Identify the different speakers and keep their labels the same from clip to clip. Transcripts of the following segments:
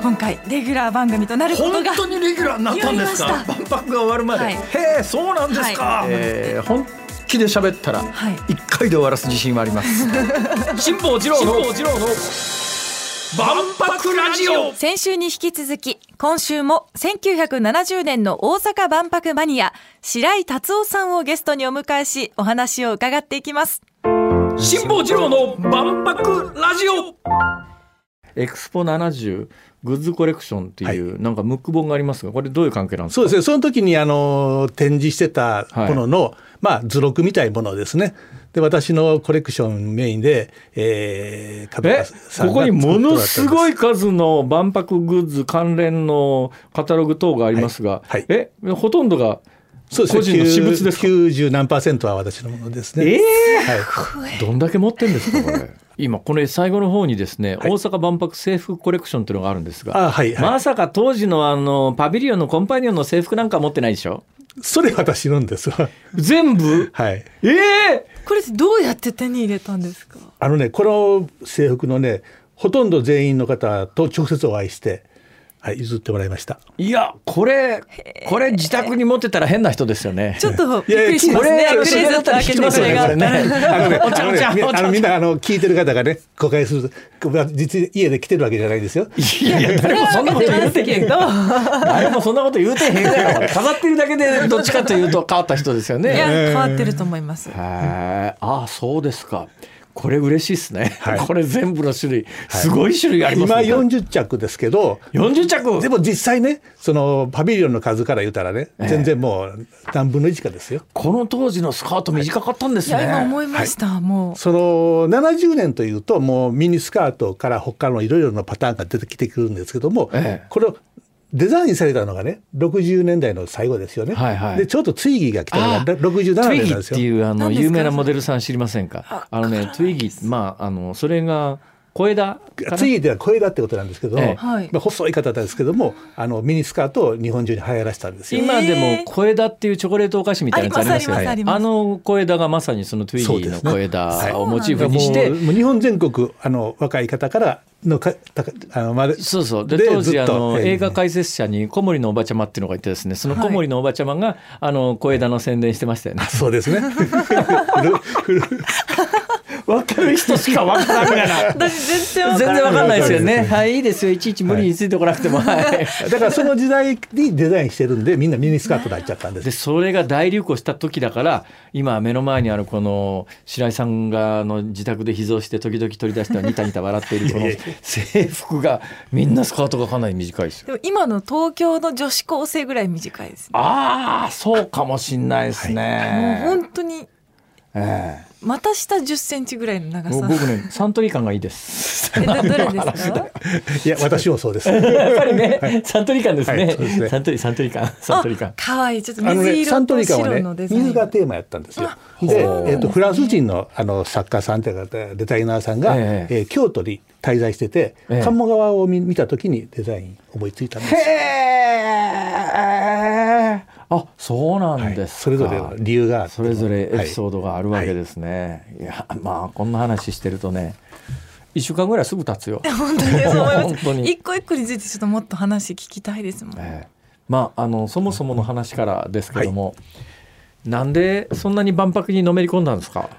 Speaker 1: 今回レギュラー番組となること
Speaker 2: 本
Speaker 1: が
Speaker 2: 当にレギュラーになったんです
Speaker 1: 言わ
Speaker 2: か
Speaker 1: れま
Speaker 2: 万博が終わるまで、
Speaker 1: はい
Speaker 2: へえそうなんですか、
Speaker 1: は
Speaker 2: えー本気で喋ったら
Speaker 1: はい
Speaker 2: 一回で終わらす自信はあります辛坊治郎の万博ラジオ
Speaker 1: 先週に引き続き今週も1970年の大阪万博マニア白井達夫さんをゲストにお迎えしお話を伺っていきます
Speaker 2: 辛坊治郎の万博ラジオ
Speaker 3: エクスポ70グッズコレクションっていう、なんかムック本がありますがこれどういう関係なんですか
Speaker 4: そうですね、その時にあの展示してたものの、まあ、図録みたいなものですね。で、私のコレクションメインで、えー、
Speaker 3: え
Speaker 4: ん
Speaker 3: こ
Speaker 4: が
Speaker 3: こにものすご
Speaker 4: 作っ
Speaker 3: い数の万博グッズ関連のカタログ等がありますが、
Speaker 4: はいはい
Speaker 3: えほとんどが
Speaker 4: てもらったんです、
Speaker 3: 個人の私物ですか
Speaker 4: 90何パーセントは私のものですね。
Speaker 3: え
Speaker 4: はい、
Speaker 3: どんだけ持ってんですかこ れ今これ最後の方にですね、
Speaker 4: い
Speaker 3: 大阪万博制服コレクションというのがあるんですが、
Speaker 4: あはい、はい
Speaker 3: まさか当時のあのパビリオンのコンパニオンの制服なんか持ってないでしょ
Speaker 4: それ私のんですわ。
Speaker 3: 全部
Speaker 4: はい。
Speaker 3: ええ
Speaker 1: これってどうやって手に入れたんですか
Speaker 4: あのね、この制服のね、ほとんど全員の方と直接お会いして、はい、譲ってもらいました。
Speaker 3: いやこれこれ自宅に持ってたら変な人ですよね
Speaker 1: ちょっとび
Speaker 4: いや
Speaker 1: っ
Speaker 4: いや
Speaker 1: くりしますね
Speaker 3: これ
Speaker 1: クレーズと開けて
Speaker 3: そ
Speaker 1: それ
Speaker 3: れ
Speaker 1: があった
Speaker 4: ね、
Speaker 1: ら
Speaker 4: あのね、
Speaker 3: お茶お茶
Speaker 4: あのね
Speaker 3: お茶
Speaker 4: あのみんなあの聞いてる方がね誤解するこれは実に家で来てるわけじゃないですよ。
Speaker 3: いやいや誰もそんなこと言うてへん
Speaker 1: ど
Speaker 3: 誰もそんなこと言うてへんから飾ってるだけでどっちかというと変わった人ですよ
Speaker 1: いや
Speaker 3: ね。
Speaker 1: 変わってると思います
Speaker 3: へえああそうですかこれ嬉しいですね、
Speaker 4: はい
Speaker 3: これ全部の種類すごい種類あります
Speaker 4: 今
Speaker 3: ね、今
Speaker 4: 40着ですけど
Speaker 3: 40着
Speaker 4: でも実際ねそのパビリオンの数から言うたらね全然もう何分の1かですよ。
Speaker 3: この当時のスカート短かったんです
Speaker 1: い
Speaker 3: ね。
Speaker 1: や今思いました、もう
Speaker 4: その70年というともうミニスカートから他のいろいろなパターンが出てきてくるんですけども、
Speaker 3: ええ
Speaker 4: これをデザインされたのがね60年代の最後ですよね。
Speaker 3: はいはい
Speaker 4: でちょうどツイギーが来たの
Speaker 3: あ
Speaker 4: が67
Speaker 3: トゥイ
Speaker 4: 年
Speaker 3: ギ
Speaker 4: なん
Speaker 3: ー
Speaker 4: で
Speaker 3: っ
Speaker 4: す
Speaker 3: て
Speaker 4: よ。
Speaker 3: いうあの
Speaker 1: 何ですか
Speaker 3: 有名なモデルさん知りませんか
Speaker 1: あ
Speaker 3: あのねトゥイギーまああのそれが小枝かな
Speaker 4: ついでは小枝ってことなんですけども、
Speaker 3: ええ
Speaker 1: はい
Speaker 4: まあ、細い方ですけどもあのミニスカートを日本中に流行らせたんですよ。
Speaker 3: 今でも小枝っていうチョコレートお菓子みたいなやつありますよ
Speaker 1: ありますあり
Speaker 3: ね。
Speaker 1: ますあ
Speaker 3: あ
Speaker 1: り
Speaker 3: の小枝がまさにそのトゥイギーの小
Speaker 4: そうですね
Speaker 3: 枝をモチーフに
Speaker 4: も
Speaker 3: して
Speaker 4: う、もう日本全国あの若い方からのかたあのまで
Speaker 3: そうそうで
Speaker 4: で
Speaker 3: 当時
Speaker 4: ず
Speaker 3: あ
Speaker 4: っと
Speaker 3: の
Speaker 4: ええ。
Speaker 3: 映画解説者に小森のおばちゃまっていうのがいてですねその
Speaker 1: はい
Speaker 3: 小森のおばちゃまがあの小枝の宣伝してましたよね
Speaker 4: そうですね。 古古
Speaker 3: わかる人しかわからんから
Speaker 1: 私全
Speaker 3: 全
Speaker 1: 然わ
Speaker 3: 然わかんないですよ
Speaker 4: わかんな
Speaker 3: ね。
Speaker 4: いです
Speaker 3: はいいいですよいちいち無理についてこなくても。はい
Speaker 4: だからその時代にデザインしてるんでみんなミニスカートになっちゃった んです
Speaker 3: で。それが大流行した時だから今目の前にあるこの白井さんがあの自宅で秘蔵して時々取り出してはニタニタ笑っているこの制服がみんなスカートがかなり短いですよ。
Speaker 1: でも今の東京の女子高生ぐらい短いですね
Speaker 3: ああそうかもしんないです
Speaker 1: もう
Speaker 3: ね。
Speaker 1: 本当に
Speaker 3: え
Speaker 1: 股下10センチぐらいの
Speaker 3: え
Speaker 1: 長
Speaker 3: もう
Speaker 1: さ
Speaker 3: 僕ねサントリー感がいいです。
Speaker 1: えどどれですか
Speaker 4: いや私 もそうです。
Speaker 3: やっぱりねサントリー感です
Speaker 4: は
Speaker 3: ね
Speaker 4: いそうです。ね
Speaker 3: サントリーサントリー感サントリー感
Speaker 1: あ。可愛いちょっと
Speaker 4: あの
Speaker 1: 水
Speaker 4: ね、サ
Speaker 1: 色
Speaker 4: ント
Speaker 1: と
Speaker 4: リーカ
Speaker 1: 白
Speaker 4: は
Speaker 1: のデ
Speaker 4: ね
Speaker 1: ザイン
Speaker 4: 水がテーマやったんですよ。で、えっとフランス人のあの作家さんというかデザイナーさんが、
Speaker 3: え
Speaker 4: え
Speaker 3: え
Speaker 4: ー京都に滞在してて、
Speaker 3: ええ
Speaker 4: 鴨川を見見た時にデザイン思いついたんですよ。
Speaker 3: へえ。あそうなん
Speaker 4: は
Speaker 3: で
Speaker 4: い
Speaker 3: す
Speaker 4: そ
Speaker 3: か。
Speaker 4: れぞれの理由があって
Speaker 3: それぞれエピソー
Speaker 4: は
Speaker 3: ドがあるわけですね、い、やまあこんな話してるとね1週間ぐらいすぐ経つよ、
Speaker 1: 本当にそう思いま
Speaker 3: 本当
Speaker 1: す
Speaker 3: に
Speaker 1: 一個一個についてちょっともっと話聞きたいですもん、
Speaker 3: ええまああのそもそもの話からですけども、なんでそんなに万博にのめり込んだんですか
Speaker 4: い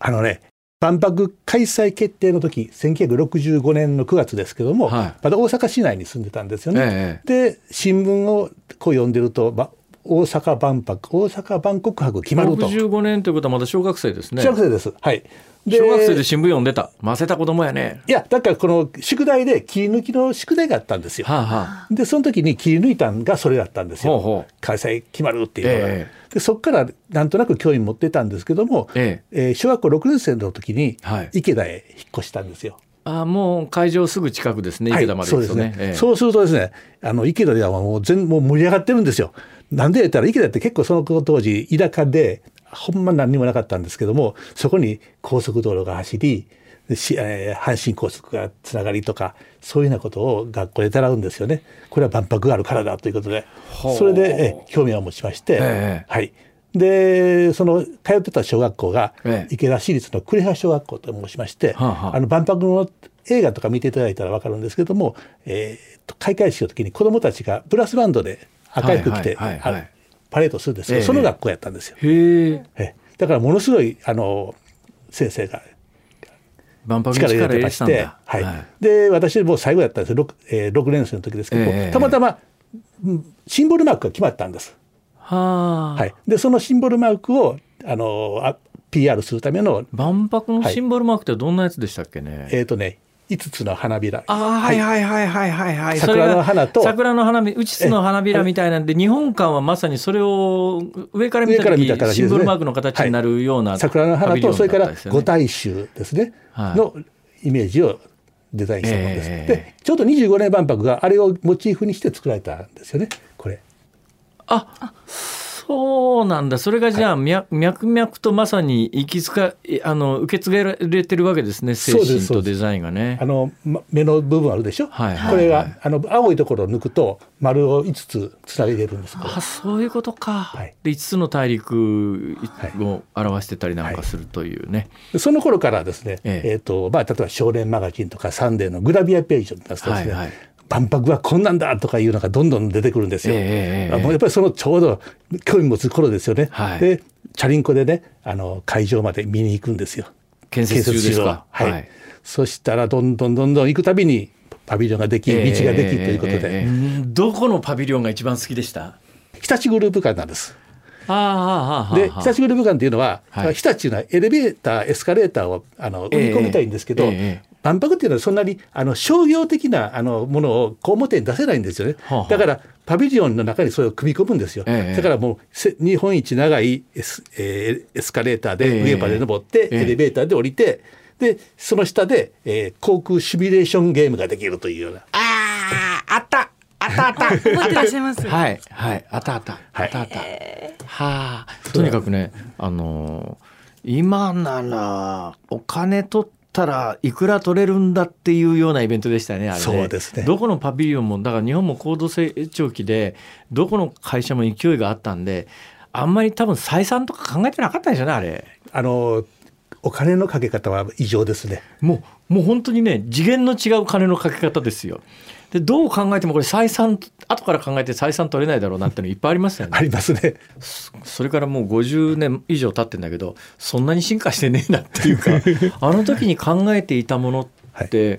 Speaker 4: あのね万博開催決定の時1965年の9月ですけども、
Speaker 3: はい
Speaker 4: まだ大阪市内に住んでたんですよね。
Speaker 3: え
Speaker 4: で新聞をこう読んでると、ば大阪万博大阪万国博決まると。
Speaker 3: 65年ということはまだ小学生ですね
Speaker 4: 小学生です。はい。で
Speaker 3: 小学生で新聞読んでたませた子供やね
Speaker 4: いや、だからこの宿題で切り抜きの宿題があったんですよ。
Speaker 3: はあは
Speaker 4: で、その時に切り抜いたのがそれだったんですよ。
Speaker 3: ほうほう
Speaker 4: 開催決まるっていうのが。
Speaker 3: え
Speaker 4: で、そこからなんとなく興味持ってたんですけども、
Speaker 3: え
Speaker 4: えー小学校6年生の時に
Speaker 3: はい
Speaker 4: 池田へ引っ越したんですよ。
Speaker 3: ああもう会場すぐ近くですね池田まで
Speaker 4: はい、そ
Speaker 3: 行
Speaker 4: う
Speaker 3: く
Speaker 4: で
Speaker 3: と
Speaker 4: すね
Speaker 3: ね、、ええ
Speaker 4: そうするとですね、あの池田ではもう全もう盛り上がってるんですよ。なんで言ったら池田って結構その当時田舎でほんま何にもなかったんですけども、そこに高速道路が走り、でしえー阪神高速がつながりとかそういうようなことを学校で習うんですよね。これは万博があるからだということで
Speaker 3: ほう、
Speaker 4: それでえー興味を持ちまして、
Speaker 3: ええ
Speaker 4: はい。でその通ってた小学校が
Speaker 3: ええ
Speaker 4: 池田市立の呉羽小学校と申しまして、
Speaker 3: はあはあ
Speaker 4: あの万博の映画とか見ていただいたら分かるんですけども、えーっと開会式の時に子どもたちがブラスバンドで赤い服着て
Speaker 3: はいはいはいはい
Speaker 4: あのパレードするんですけど、
Speaker 3: ええ
Speaker 4: その学校やったんですよ。
Speaker 3: へえ
Speaker 4: ええだからものすごいあの先生が
Speaker 3: 万博に
Speaker 4: 力
Speaker 3: 力入
Speaker 4: 入れてま
Speaker 3: れて
Speaker 4: した
Speaker 3: ん
Speaker 4: て、
Speaker 3: だ
Speaker 4: はいで私もう最後やったんです 6,、えー六年生の時ですけども、
Speaker 3: ええ
Speaker 4: たまたまうんシンボルマークが決まったんです。
Speaker 3: はあ、
Speaker 4: はい、でそのシンボルマークをあのあ PR するための
Speaker 3: 万博のシンボルマークってどんなやつでしたっけね、
Speaker 4: えっ、とね5つの花びら
Speaker 3: ああはいはいはいはいはいはいそれ
Speaker 4: 桜の
Speaker 3: が
Speaker 4: 花と
Speaker 3: 桜の花びうちつの花びらみたいなんで日本館はまさにそれを上から見た
Speaker 4: 上から
Speaker 3: 時
Speaker 4: 見た形です
Speaker 3: シ
Speaker 4: ね
Speaker 3: ンボルマークの形になるような、
Speaker 4: 桜の花とそれから五大衆ですね、
Speaker 3: はい
Speaker 4: のイメージをデザインしたものです。
Speaker 3: ええ
Speaker 4: でちょうど25年万博があれをモチーフにして作られたんですよねこれ。
Speaker 3: あそうなんだそれがじゃあ、脈脈々とまさに行きつかえあの受け継がれてるわけですね精
Speaker 4: そうです
Speaker 3: 神
Speaker 4: そう
Speaker 3: と
Speaker 4: です
Speaker 3: デザインがね
Speaker 4: あのま目の部分あるでしょ、
Speaker 3: はいはい
Speaker 4: これ
Speaker 3: はい
Speaker 4: があの青いところを抜くと丸を5つつなげてるんですこれ
Speaker 3: あそういうことか、
Speaker 4: はい
Speaker 3: で5つの大陸
Speaker 4: はい
Speaker 3: を表してたりなんかするというね、
Speaker 4: でその頃からですね、
Speaker 3: え
Speaker 4: え
Speaker 3: え
Speaker 4: ーとまあ、例えば「少年マガジン」とか「サンデー」のグラビアページを出すとですね、
Speaker 3: はいはい
Speaker 4: 万博はこんなんだとかいうのがどんどん出てくるんですよ。
Speaker 3: ええええええ
Speaker 4: あもうやっぱりそのちょうど興味持つ頃ですよね。
Speaker 3: はい
Speaker 4: でチャリンコでねあの会場まで見に行くんですよ。
Speaker 3: 建設中です
Speaker 4: を
Speaker 3: か
Speaker 4: はいそしたらどんどんどんどん行くたびにパビリオンができ、道ができということで、
Speaker 3: ええええええうんどこのパビリオンが一番好きでした
Speaker 4: 日立グループ館なんです。
Speaker 3: ああああ
Speaker 4: で
Speaker 3: ああ
Speaker 4: 日立グループ館っていうのは、
Speaker 3: はい
Speaker 4: 日立のエレベーターエスカレーターをあの売り込みたいんですけど、
Speaker 3: ええええ
Speaker 4: 万博っていうのはそんなにあの商業的なあのものをこう表に出せないんですよね、
Speaker 3: はあはあ
Speaker 4: だからパビリオンの中にそれを組み込むんですよ、
Speaker 3: ええ
Speaker 4: だからもうせ日本一長いエス,、えーエスカレーター
Speaker 3: え
Speaker 4: で
Speaker 3: え
Speaker 4: 上まで登って、
Speaker 3: ええ
Speaker 4: エレベーターで降りてでその下で、えー航空シミュレーションゲームができるというような
Speaker 3: あああったあったあった
Speaker 1: 覚えてらっしゃいます。
Speaker 3: はいはいあったあった、あ
Speaker 4: はい
Speaker 3: ったあった、はあとにかくねあのー今ならお金取ったらいくら取れるんだっていうようなイベントでしたねあれね
Speaker 4: そうですね
Speaker 3: どこのパビリオンもだから日本も高度成長期でどこの会社も勢いがあったんであんまり多分採算とか考えてなかったんでしょうねあれ
Speaker 4: あのお金のかけ方は異常ですね。
Speaker 3: もうもう本当にね次元の違う金のかけ方ですよでどう考えてもこれ採算後から考えて採算取れないだろうなってのいっぱいありましたよね
Speaker 4: ありますね。
Speaker 3: それからもう50年以上経ってんだけどそんなに進化してねえなって いうかあの時に考えていたものって、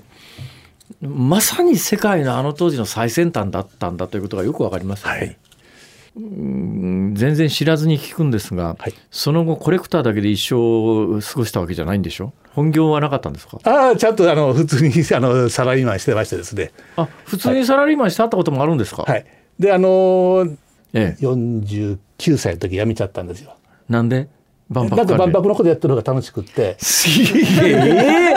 Speaker 3: まさに世界のあの当時の最先端だったんだということがよくわかりますよね、
Speaker 4: はい。
Speaker 3: うん全然知らずに聞くんですが、
Speaker 4: はい
Speaker 3: その後コレクターだけで一生過ごしたわけじゃないんでしょ本業はなかったんですか
Speaker 4: ああ、ちゃんとあの普通にあのサラリーマンしてましてですね。
Speaker 3: あ普通にサラリーマンして会ったこともあるんですか、
Speaker 4: はい。で、あのー、
Speaker 3: ええ、
Speaker 4: 49歳の時辞めちゃったんですよ。
Speaker 3: なんで万博
Speaker 4: なんか
Speaker 3: 関連
Speaker 4: 万博のことやってるのが楽しくって、
Speaker 3: すげえ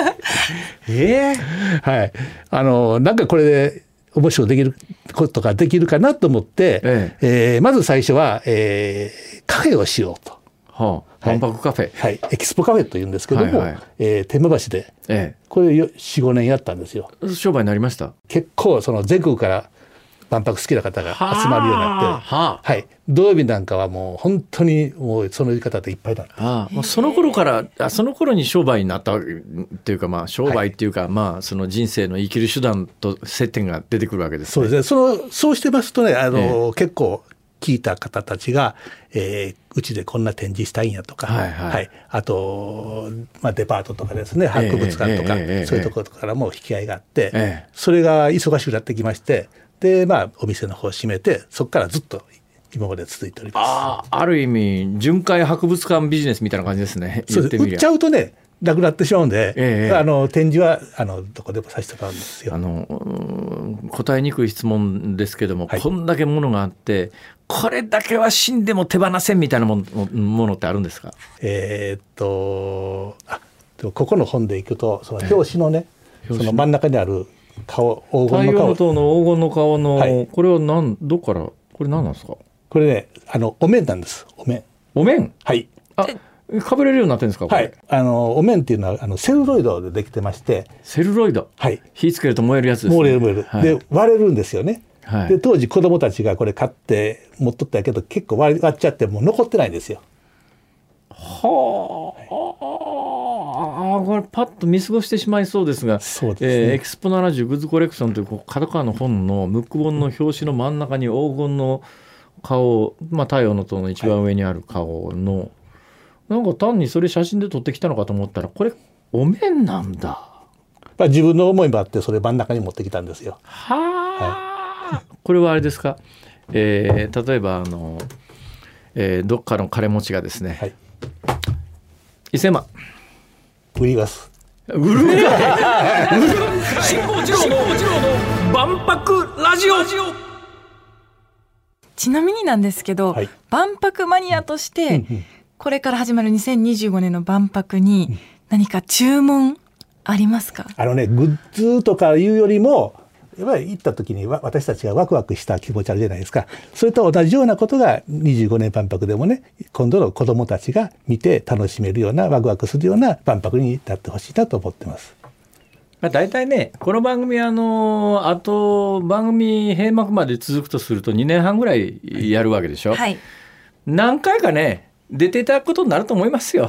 Speaker 3: ええ
Speaker 4: はい。あのー、なんかこれで面白くできることができるかなと思って、
Speaker 3: え
Speaker 4: えーまず最初は、えーカフェをしようと。
Speaker 3: はあ、
Speaker 4: はい
Speaker 3: 万博カフェ、
Speaker 4: はい。エキスポカフェというんですけども、
Speaker 3: はいはい
Speaker 4: えー天満橋で、
Speaker 3: え
Speaker 4: これ4、5年やったんですよ。
Speaker 3: え、商売になりました
Speaker 4: 結構その全国から万博好きな方が集まるようになって、
Speaker 3: はあ、
Speaker 4: はい、土曜日なんかはもう本当にもうその言い方でいっぱいだった。
Speaker 3: ああもうその頃からあその頃に商売になったっていうかまあ商売っていうか、まあその人生の生きる手段と接点が出てくるわけです
Speaker 4: そう
Speaker 3: ね
Speaker 4: ですね。そのそうしてますとね、あの、
Speaker 3: え
Speaker 4: 結構聞いた方たちが、えーうちでこんな展示したいんやとか、
Speaker 3: はいはい
Speaker 4: あとまあデパートとかですね、博物館とか、
Speaker 3: ええええええ
Speaker 4: そういうところからも引き合いがあって、
Speaker 3: ええ
Speaker 4: それが忙しくなってきまして、でまあお店の方を閉めて、そこからずっと今まで続いております。
Speaker 3: ああある意味巡回博物館ビジネスみたいな感じですね
Speaker 4: そ
Speaker 3: 言
Speaker 4: う
Speaker 3: って
Speaker 4: です
Speaker 3: み
Speaker 4: 売
Speaker 3: り
Speaker 4: っ
Speaker 3: ゃ
Speaker 4: ちゃうとね、なくなってしまうんで、
Speaker 3: ええ
Speaker 4: あの展示はあのどこでもさせてもらうんですよ
Speaker 3: あ。のうーん答えにくい質問ですけども、
Speaker 4: はい
Speaker 3: こんだけものがあってこれだけは死んでも手放せんみたいなものものってあるんですか
Speaker 4: えーっとあでもここの本でいくとその表紙のね、その真ん中にある顔黄
Speaker 3: 太
Speaker 4: 金
Speaker 3: 陽
Speaker 4: の
Speaker 3: の
Speaker 4: 顔
Speaker 3: 塔の黄金の顔の、
Speaker 4: はい
Speaker 3: これは何どっからこれ何なんですか
Speaker 4: これねあのお面なんですお面
Speaker 3: お面
Speaker 4: はい
Speaker 3: あかぶれるようになってるんですかこ
Speaker 4: は
Speaker 3: れ、
Speaker 4: いあのお面っていうのはあのセルロイドでできてまして
Speaker 3: セルロイド
Speaker 4: はい
Speaker 3: 火つけると燃えるやつです、ね、
Speaker 4: 漏れる漏れる、
Speaker 3: はい
Speaker 4: で割れるんですよね、
Speaker 3: はい
Speaker 4: で当時子供たちがこれ買って持っとったけど結構割割っちゃってもう残ってないんですよ
Speaker 3: はあ、あこれパッと見過ごしてしまいそうですが
Speaker 4: そうです
Speaker 3: えー
Speaker 4: ね
Speaker 3: エクスポ70グッズコレクションというこう角川の本のムック本の表紙の真ん中に黄金の顔、まあ、太陽の塔の一番上にある顔の、なんか単にそれ写真で撮ってきたのかと思ったらこれお面なんだ
Speaker 4: まあ、自分の思いもあってそれ真ん中に持ってきたんですよ。
Speaker 3: はあ、これはあれですか、えー例えばあの、えーどっかの金持ちがですね、
Speaker 4: はい
Speaker 3: 1000万
Speaker 4: 売ります。
Speaker 3: 売るんかい
Speaker 2: 辛坊治郎の万博ラジオ
Speaker 1: ちなみになんですけど、
Speaker 4: はい
Speaker 1: 万博マニアとして、
Speaker 4: うんうん
Speaker 1: これから始まる2025年の万博に何か注文ありますか、
Speaker 4: あのねグッズとかいうよりもやっぱり行った時にわ私たちがワクワクした気持ちあるじゃないですかそれと同じようなことが25年万博でもね今度の子どもたちが見て楽しめるようなワクワクするような万博になってほしいなと思ってます。
Speaker 3: まあ、大体ねこの番組あのあと番組閉幕まで続くとすると2年半ぐらいやるわけでしょ、
Speaker 1: はい
Speaker 3: 何回かね出ていただくことになると思いますよ。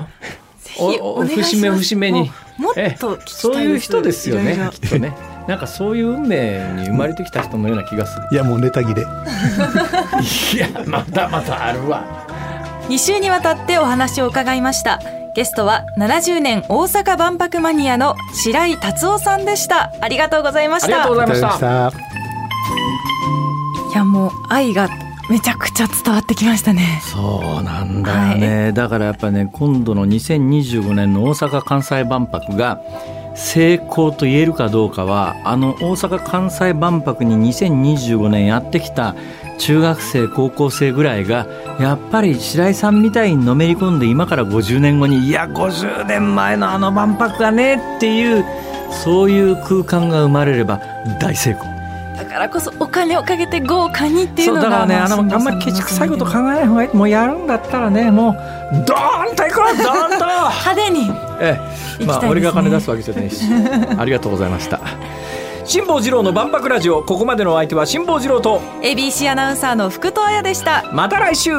Speaker 1: ぜひお 願いします
Speaker 3: 節目節目に
Speaker 1: もうもっと
Speaker 3: ええ
Speaker 1: 聞きたいです
Speaker 3: そういう人ですよね
Speaker 1: いろいろ
Speaker 3: きっとねなんかそういう運命に生まれてきた人のような気 がする
Speaker 4: いやもうネタ切
Speaker 3: い
Speaker 4: れ
Speaker 3: やまたまたあるわ
Speaker 1: 2週にわたってお話を伺いましたゲストは70年大阪万博マニアの白井達夫さんでしたありがとうございま
Speaker 3: あ
Speaker 1: し
Speaker 3: りが
Speaker 1: た
Speaker 3: とうござい
Speaker 4: い
Speaker 3: ました
Speaker 4: た。
Speaker 1: いやもう愛がめちゃくちゃ伝わってきましたね
Speaker 3: そうなんだよね、だからやっぱりね今度の2025年の大阪・関西万博が成功と言えるかどうかはあの大阪・関西万博に2025年やってきた中学生高校生ぐらいがやっぱり白井さんみたいにのめり込んで今から50年後にいや50年前のあの万博がねっていうそういう空間が生まれれば大成功。
Speaker 1: だからこそお金をかけて豪華にっていう
Speaker 3: そう
Speaker 1: のが
Speaker 3: だからね
Speaker 1: ま
Speaker 3: あのあんまりケチくさいこと考えない方がいいもうやるんだったらねもうドーンといこうドーンと
Speaker 1: 派手に
Speaker 3: ええ
Speaker 1: 行きたいですね俺が金出す
Speaker 3: わけじゃない しありがとうございました
Speaker 2: 辛坊治郎の万博ラジオここまでのお相手は辛坊治郎と
Speaker 1: ABC アナウンサーの福戸彩でした
Speaker 2: また来週